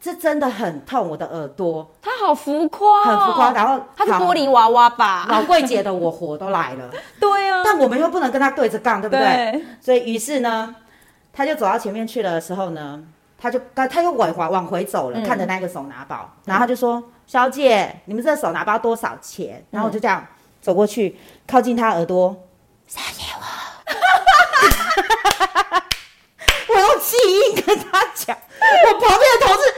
S2: 这真的很痛我的耳朵，
S3: 他好浮夸、哦，
S2: 很浮夸。”然后
S3: 他是
S2: 好
S3: 玻璃娃娃吧？
S2: 老柜姐的我火都来 了，
S3: 对啊，
S2: 但我们又不能跟他对着杠，对不对？
S1: 对，
S2: 所以于是呢，他就走到前面去了的时候呢，他就他他又往回往回走
S3: 嗯
S2: 了，看着那个手拿包，然后他就说：“小姐，你们这手拿包多少
S3: 嗯
S2: 钱？”然后我就这样走过去，靠近他耳朵， 撒野我。我用气音跟他讲，我旁边的同事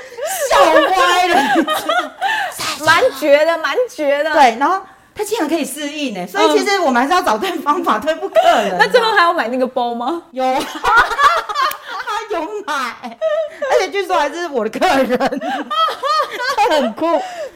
S2: 笑歪了。
S3: 蛮绝的，蛮绝的。，
S2: 对，然后他竟然可以适应呢，所以其实我们还是要找对方法，对不可能啊。
S3: 那最后还要买那个包吗？
S2: 有，他有买，而且据说还是我的客人，他很酷，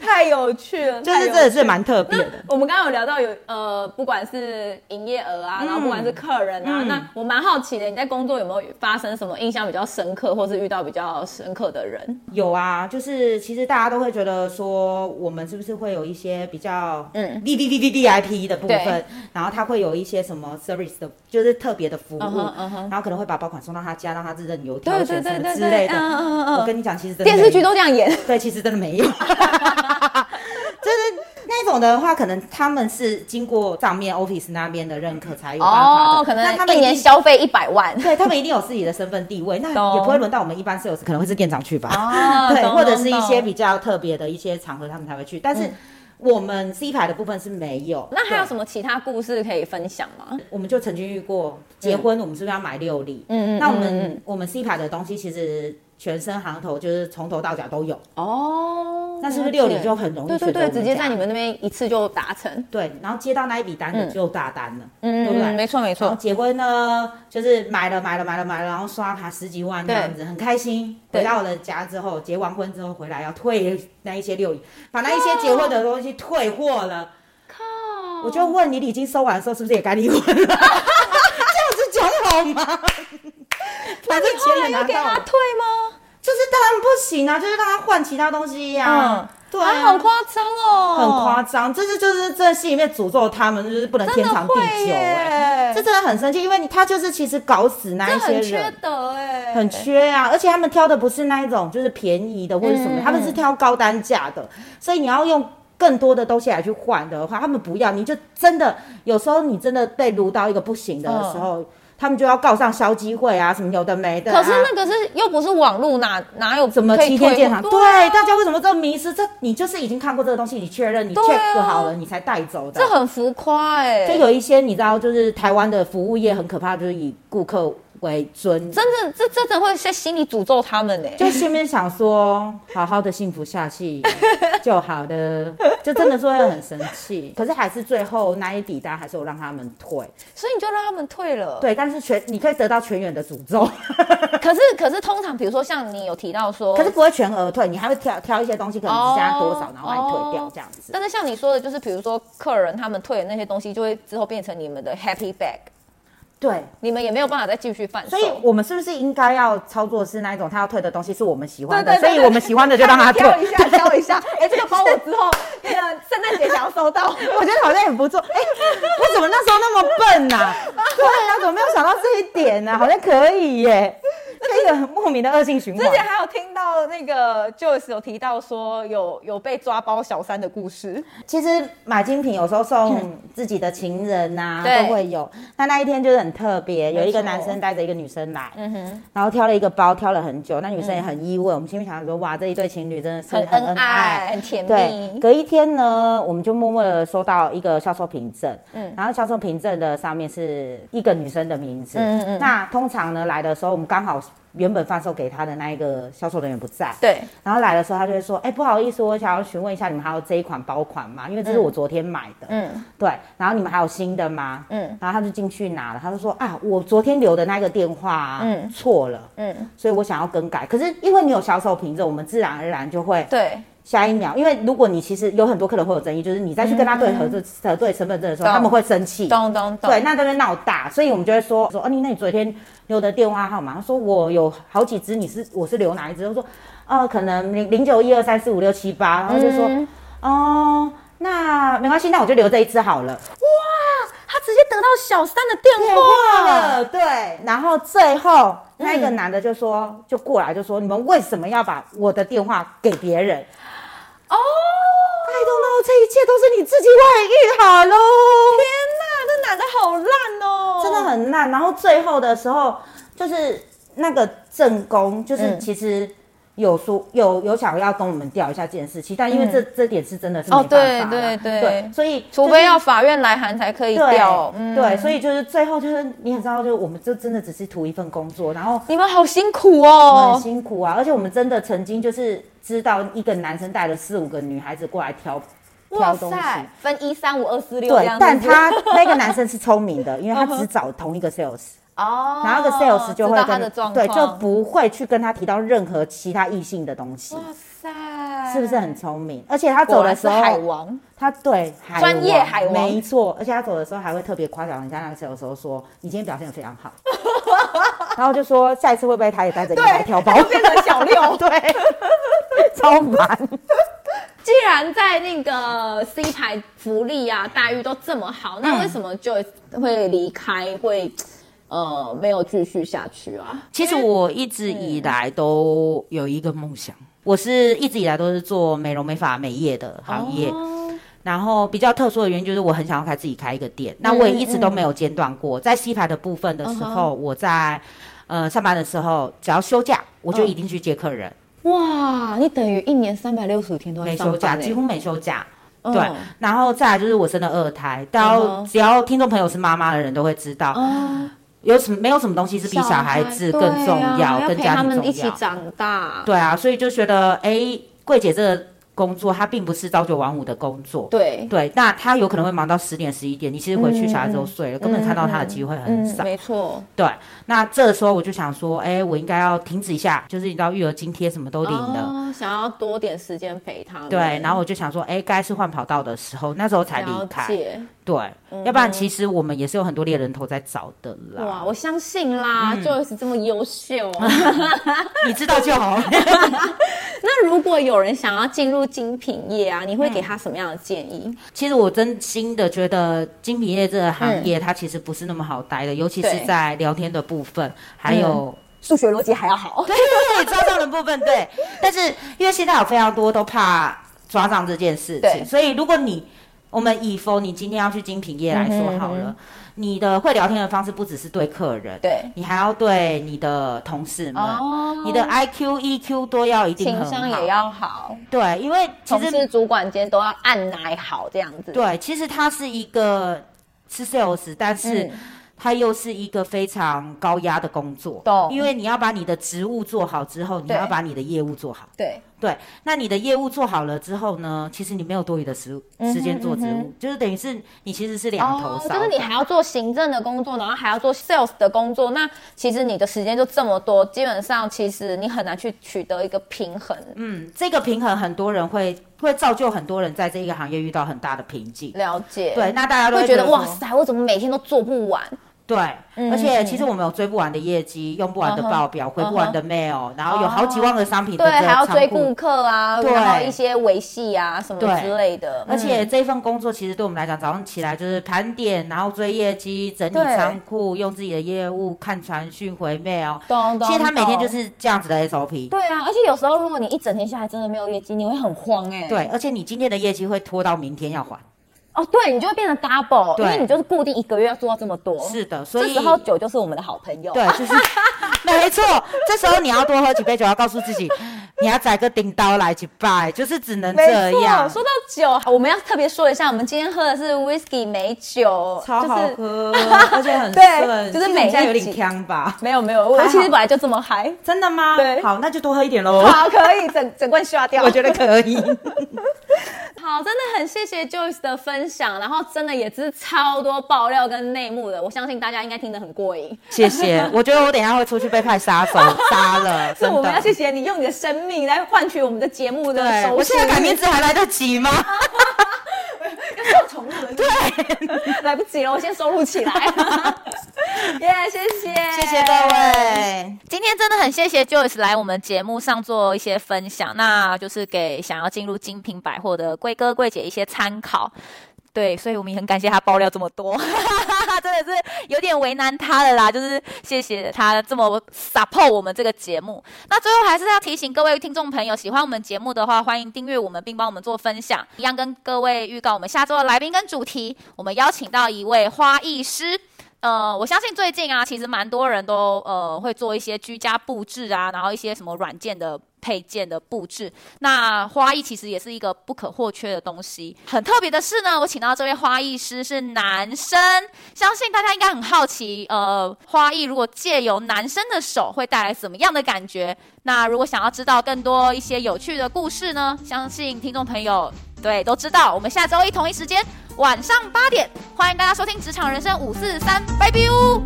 S3: 太有趣了，
S2: 就是
S3: 太有
S2: 真的是蛮特别
S3: 那
S2: 的。
S3: 我们刚刚有聊到有呃，不管是营业额啊，然后不管是客人啊，
S2: 嗯
S3: 那我蛮好奇的，你在工作有没有发生什么印象比较深刻，或是遇到比较深刻的人？
S2: 有啊，就是其实大家都会觉得说，我们是不是会有一些比较嗯 V V V V V I P 的部分
S3: 对，
S2: 然后他会有一些什么 service 的，就是特别的服务
S3: 嗯哼嗯哼
S2: 然后可能会把包款送到他家，让他自认油挑选什么之类
S3: 嗯
S2: 的。
S3: 嗯
S2: 我
S3: 嗯嗯，
S2: 跟你讲，其实真的
S3: 电视剧
S2: 没有
S3: 都这样演，
S2: 对，其实真的没有。 就是那种的话，可能他们是经过上面 office 那边的认可才有办法的。
S3: 哦，可
S2: 那他
S3: 能
S2: 们
S3: 一
S2: 一
S3: 年
S2: 定
S3: 消费一百万，
S2: 对他们一定有自己的身份地位，那
S1: 懂
S2: 也不会轮到我们一般 sales，可能会是店长去吧。
S3: 哦
S2: 对，
S3: 懂嗯
S2: 或者是一些
S1: 懂
S2: 比较特别的一些场合，他们才会去。但是我们 C 牌的部分是没有。
S3: 那还有
S2: 对
S3: 什么其他故事可以分享吗？
S2: 我们就曾经遇过结婚，我们是不是要买六礼？
S3: 嗯嗯
S2: 那我
S3: 嗯
S2: 们我们 C 牌的东西其实全身行头就是从头到脚都有，
S3: 哦，
S2: 那是不是六礼就很容易
S3: 对
S2: 取得
S3: 对对，
S2: 我们
S3: 直接
S2: 家
S3: 在你们那边一次就达成，
S2: 对，然后接到那一笔单的就大单了，
S3: 嗯，
S2: 对不对？
S3: 嗯没错没
S2: 然后
S3: 错，
S2: 结婚呢，就是买了买了买了买了，然后刷卡十几万这样子，很开心。
S3: 对
S2: 回到了家之后，结完婚之后回来要退那一些六礼，把那一
S3: 哦
S2: 些结婚的东西退货了。
S3: 靠
S2: 我就问你，礼金收完的时候是不是也该离婚了？这 样子讲好吗？ 反正钱也
S3: 要
S2: 拿
S3: 给
S2: 到
S3: 他
S2: 了，
S3: 退吗？
S2: 就是当然不行啊，就是让他换其他东西呀、
S1: 嗯
S2: 对啊
S3: 啊，好夸张哦，
S2: 很夸张，这是就是这心里面诅咒他们，就是不能天长地久、哎，这真的很生气，因为你他就是其实搞死那一
S3: 这
S2: 些
S3: 很缺
S2: 人。
S3: 德哎、
S2: 很缺啊，而且他们挑的不是那一种，就是便宜的或者什么，
S3: 嗯
S2: 他们是挑高单价的，所以你要用更多的东西来去换的话，他们不要，你就真的有时候你真的被撸到一个不行的时候，他们就要告上消基会啊，什么有的没的、啊。
S1: 嗯可是那个是又不是网络，哪哪有
S2: 什么
S1: 可以
S2: 七天
S1: 退
S2: 鉴赏？对
S1: 啊，
S2: 大家为什么这么迷失？这你就是已经看过这个东西，你确认你
S1: 对啊
S2: check 好了，你才带走的
S1: 这。很浮夸哎、
S2: 就有一些你知道，就是台湾的服务业很可怕，就是以顾客为尊。
S1: 真的，这真的会在心里诅咒他们呢、
S2: 就心里面想说，好好的幸福下去就 好的，就真的说会很生气。可是还是最后那一笔单还是我让他们退，
S1: 所以你就让他们退了。
S2: 对，但是全你可以得到全员的诅
S1: 哦
S2: 咒，
S1: 可是可是通常比如说像你有提到说，
S2: 可是不会全额退，你还会挑挑一些东西，可能只加多少
S1: 哦，
S2: 然后把你退掉
S1: 哦
S2: 这样子。
S1: 但是像你说的，就是比如说客人他们退的那些东西，就会之后变成你们的 happy bag，
S2: 对，
S1: 你们也没有办法再继续贩售。
S2: 所以我们是不是应该要操作是那一种他要退的东西是我们喜欢的，
S1: 对对对
S2: 所以我们喜欢的就 让他退。
S1: 挑一下，挑一下。哎、这个帮我之后那个圣诞节想要收到。
S2: 我觉得好像也不错。哎、我怎么那时候那么笨呐、 对啊，怎么没有想到这一点呢、好像可以耶，这个莫名的恶性循
S1: 之前
S2: 环。
S1: 还有听到那个 Joyce 有提到说有有被抓包小三的故事，
S2: 其实买精品有时候送自己的情人呐、
S4: 对
S2: 都会有。那那一天就是很特别，有一个
S1: 嗯没错
S2: 男生带着一个女生来，
S1: 嗯哼，嗯
S2: 然后挑了一个包，挑了很久。那女生也很意外，我们心里想说，哇，这一对情侣真的是
S1: 很
S2: 很
S1: 恩
S2: 恩
S1: 爱，
S2: 爱。
S1: 很甜
S2: 对，
S1: 蜜。
S2: 隔一天呢，我们就默默的收到一个销售凭证，
S1: 嗯
S2: 嗯，然后销售凭证的上面是一个女生的名字，
S1: 嗯嗯嗯
S2: 那通常呢来的时候，我们刚好原本贩售给她的那一个销售人员不在，
S1: 对，
S2: 然后来的时候，他就会说，哎、不好意思，我想要询问一下，你们还有这一款包款吗？因为这是我昨天买的，
S1: 嗯
S2: 对，然后你们还有新的吗？
S1: 嗯
S2: 然后他就进去拿了，他就说啊，我昨天留的那个电话、啊，
S1: 嗯
S2: 嗯，错了，
S1: 嗯，
S2: 所以我想要更改。可是因为你有销售凭证，我们自然而然就会
S1: 对，
S2: 下一
S1: 嗯
S2: 秒，因为如果你其实有很多客人会有争议，就是你再去跟他对核对、核对身份证的时候，
S1: 嗯懂
S2: 他们会生气。
S1: 咚咚咚。
S2: 对，那就会闹大，所以我们就会说说，哦、你那你昨天留的电话号码，他说我有好几只，你是我是留哪一只？他说，呃，可能零零九一二三四五六七八，然后就说，
S1: 嗯
S2: 哦，那没关系，那我就留这一只好了。
S1: 他直接得到小三的电
S2: 电
S1: 话
S2: 话
S1: 了。
S2: 了，对，然后最后那
S1: 嗯
S2: 个男的就说，就过来就说，你们为什么要把我的电话给别人？
S1: 哦，
S2: 拜托喽，这一切都是你自己外遇好喽，
S1: 天哪，这男的好烂哦，
S2: 真的很烂。然后最后的时候，就是那个正宫，就是
S1: 嗯
S2: 其实有说、有有想要跟我们调一下这件事情，但因为这、这点是真的是没
S1: 嗯哦
S2: 办法啦、
S1: 对对对
S2: 所以
S1: 除
S2: 就是
S1: 非要法院来函才可以
S2: 对、
S1: 调。嗯
S2: 对，所以就是最后就是你也知道，就是我们就真的只是图一份工作，然后。
S1: 你们好辛苦
S2: 我们很
S1: 哦。
S2: 辛苦啊，而且我们真的曾经就是知道一个男生带了四五个女孩子过来挑挑东西，，
S1: 分一三五二四六这
S2: 对
S1: 样，子
S2: 但他那个男生是聪明的，因为
S1: 嗯
S2: 他只找同一个 sales，
S1: 哦，
S2: 然后那个 sales 就会
S1: 知道
S2: 跟
S1: 他的状
S2: 对
S1: 况，
S2: 就不会去跟他提到任何其他异性的东西，
S1: 哇塞，
S2: 是不是很聪明？而且他走
S1: 果
S2: 的
S1: 然是
S2: 时
S1: 海
S2: 候，
S1: 王？
S2: 他对海
S1: 专业海王
S2: 没错，而且他走的时候还会特别夸奖人家那个 sales 说说你今天表现的非常 好，然后就说下一次会不会他也带着你来挑包，
S1: 变成小六
S2: 对，超烦。
S1: 既然在那个 C 牌福利啊待遇都这么好，
S2: 嗯
S1: 那为什么 Joyce 会离开，会呃没有继续下去啊？
S2: 其实我一直
S1: 嗯
S2: 以来都有一个梦想，我是一直以来都是做美容美发美业的行业。
S1: 哦
S2: 然后比较特殊的原因就是我很想要开自己开一个店，
S1: 嗯
S2: 那我也一直都没有间断过。在西牌的部分的时候，
S1: 嗯
S2: 我在呃上班的时候，只要休假我
S1: 嗯
S2: 就一定去接客人，
S1: 哇，你等于一年三百六十五天都在
S2: 没
S1: 上
S2: 休假
S1: 班
S2: 几
S1: 欸
S2: 乎没休假。
S1: 嗯
S2: 对，然后再来就是我生了二胎，
S1: 嗯
S2: 到
S1: 哼
S2: 只要听众朋友是妈妈的人都会知道，
S1: 哦，
S2: 有什么没有什么东西是比小孩子更重
S1: 对
S2: 要，
S1: 啊要
S2: 更
S1: 陪
S2: 加
S1: 他
S2: 重
S1: 们一起
S2: 要。
S1: 长大。
S2: 对啊，所以就觉得，哎、柜姐这个工作，它并不是朝九晚五的工作。
S1: 对，
S2: 对，那她有可能会忙到十点、十一点，你其实回去小孩子都
S1: 嗯
S2: 睡了，根本看到她的机会很少。
S1: 没错，
S2: 对，那这时候我就想说，哎、我应该要停止一下，就是你知道育儿津贴什么都领了。
S1: 哦，想要多点时间陪他们。
S2: 对，然后我就想说，哎、该是换跑道的时候，那时候才离
S1: 了
S2: 开。
S1: 解。嗯
S2: 对，要不然其实我们也是有很多猎人头在找的啦。
S1: 哇，我相信啦、j
S2: 嗯
S1: o y c e 这么优秀。
S2: 你知道就好。
S1: 那如果有人想要进入精品业啊，你会
S2: 嗯
S1: 给他什么样的建议？
S2: 其实我真心的觉得精品业这个行业，它其实不是那么好待的，尤其是
S1: 嗯对嗯
S2: 在聊天的部分，还有。
S1: 数学逻辑还要好。
S2: 对，抓到的部分对，但是因为现在有非常多都怕抓账这件事
S1: 对
S2: 情，所以如果你我们以否你今天要去精品业来
S1: 嗯
S2: 说好了，你的会聊天的方式不只是对客人，
S1: 对
S2: 你还要对你的同事们，
S1: 哦
S2: 你的 I Q E Q 都要一定
S1: 情
S2: 很
S1: 商
S2: 好
S1: 也要好，
S2: 对，因为其
S1: 同
S2: 实
S1: 事、主管间都要按奶好这样子。，
S2: 对，其实它是一个是 sales，但是
S1: 嗯
S2: 它又是一个非常高压的工作。
S1: 懂
S2: 因为你要把你的职务做好之后，你
S1: 对
S2: 要把你的业务做好。
S1: 对，
S2: 对，那你的业务做好了之后呢，其实你没有多余的时
S1: 嗯
S2: 时间做职务，就是等于是你其实是两头
S1: 哦，
S2: 烧的。
S1: 就是你还要做行政的工作，然后还要做 sales 的工作，那其实你的时间就这么多，基本上其实你很难去取得一个平衡。
S2: 嗯，这个平衡很多人会会造就很多人在这一个行业遇到很大的瓶颈。
S1: 了解，
S2: 对，，那大家都
S1: 会觉得
S2: 说
S1: 哇塞，我怎么每天都做不完？
S2: 对，
S1: 嗯嗯
S2: 而且其实我们有追不完的业绩，用不完的报表，回不完的 mail，然后有好几万个商品
S1: 哦对，
S2: 的这个
S1: 还要追
S2: 仓库
S1: 顾客啊，
S2: 对
S1: 然后一些维系啊什么
S2: 对
S1: 之类的。
S2: 而且
S1: 嗯
S2: 这份工作其实对我们来讲，早上起来就是盘点，然后追业绩、整理
S1: 对
S2: 仓库、用自己的业务、看传讯、回 mail。
S1: 懂懂，
S2: 其实他每天
S1: 懂
S2: 就是这样子的 SOP。
S1: 对啊，而且有时候如果你一整天下来真的没有业绩，你会很慌哎、
S2: 对，而且你今天的业绩会拖到明天要还。
S1: 哦，对你就会变成 double，因
S2: 对
S1: 为你就是固定一个月要做到这么多。
S2: 是的，所
S1: 哦这
S2: 以
S1: 时候酒就是我们的好朋友。
S2: 对， 就是没错。这时候你要多喝几杯酒，要告诉 自己，你要宰个顶刀来几拜，就是只能
S1: 没
S2: 这
S1: 错，
S2: 样。
S1: 说到酒，我们要特别说一下，我们今天喝的是 whisky 美酒，
S2: 超
S1: 就
S2: 好
S1: 是
S2: 喝，而且 很
S1: 对
S2: 顺，
S1: 就是
S2: 其实
S1: 每
S2: 你现在
S1: 一
S2: 有
S1: 集
S2: 点呛吧？
S1: 没有没有，我
S2: 还好
S1: 其实本来就这么 嗨。
S2: 真的吗？
S1: 对
S2: 好，那就多喝一点喽。
S1: 好，可以整整罐刷掉。
S2: 我觉得可以。
S1: 好，真的很谢谢 Joyce 的分享，然后真的也是超多爆料跟内幕的，我相信大家应该听得很过瘾。
S2: 谢谢，我觉得我等一下会出去被派 杀手杀了，
S1: 所以
S2: 真
S1: 我们要
S2: 的。
S1: 谢谢你用你的生命来换取我们的节目的
S2: 对，
S1: 收
S2: 我
S1: 视
S2: 现在改
S1: 率
S2: 名字还来得及吗？
S1: 要重录了， 对， 来不及了，我先收录起来。 耶、谢谢，
S2: 谢谢各。位，
S5: 今天真的很谢谢 Joyce 来我们节目上做一些分享，那就是给想要进入精品百货的贵哥贵姐一些参考。对，所以我们也很感谢他爆料这么多， 真的是有点为难他了啦。就是谢谢他这么 support 我们这个节目。那最后还是要提醒各位听众朋友，喜欢我们节目的话，欢迎订阅我们并帮我们做分享。一样跟各位预告，我们下周的来宾跟主题，我们邀请到一位花艺师。呃，我相信最近啊，其实蛮多人都呃会做一些居家布置啊，然后一些什么软件的配件的布置。那花艺其实也是一个不可或缺的东西。很特别的是呢，我请到这位花艺师是男生，相信大家应该很好奇，呃，花艺如果借由男生的手会带来什么样的感觉？那如果想要知道更多一些有趣的故事呢，相信听众朋友对都知道。我们下周一同一时间晚上八点，欢迎大家收听《职场人生五四三》，拜拜哦。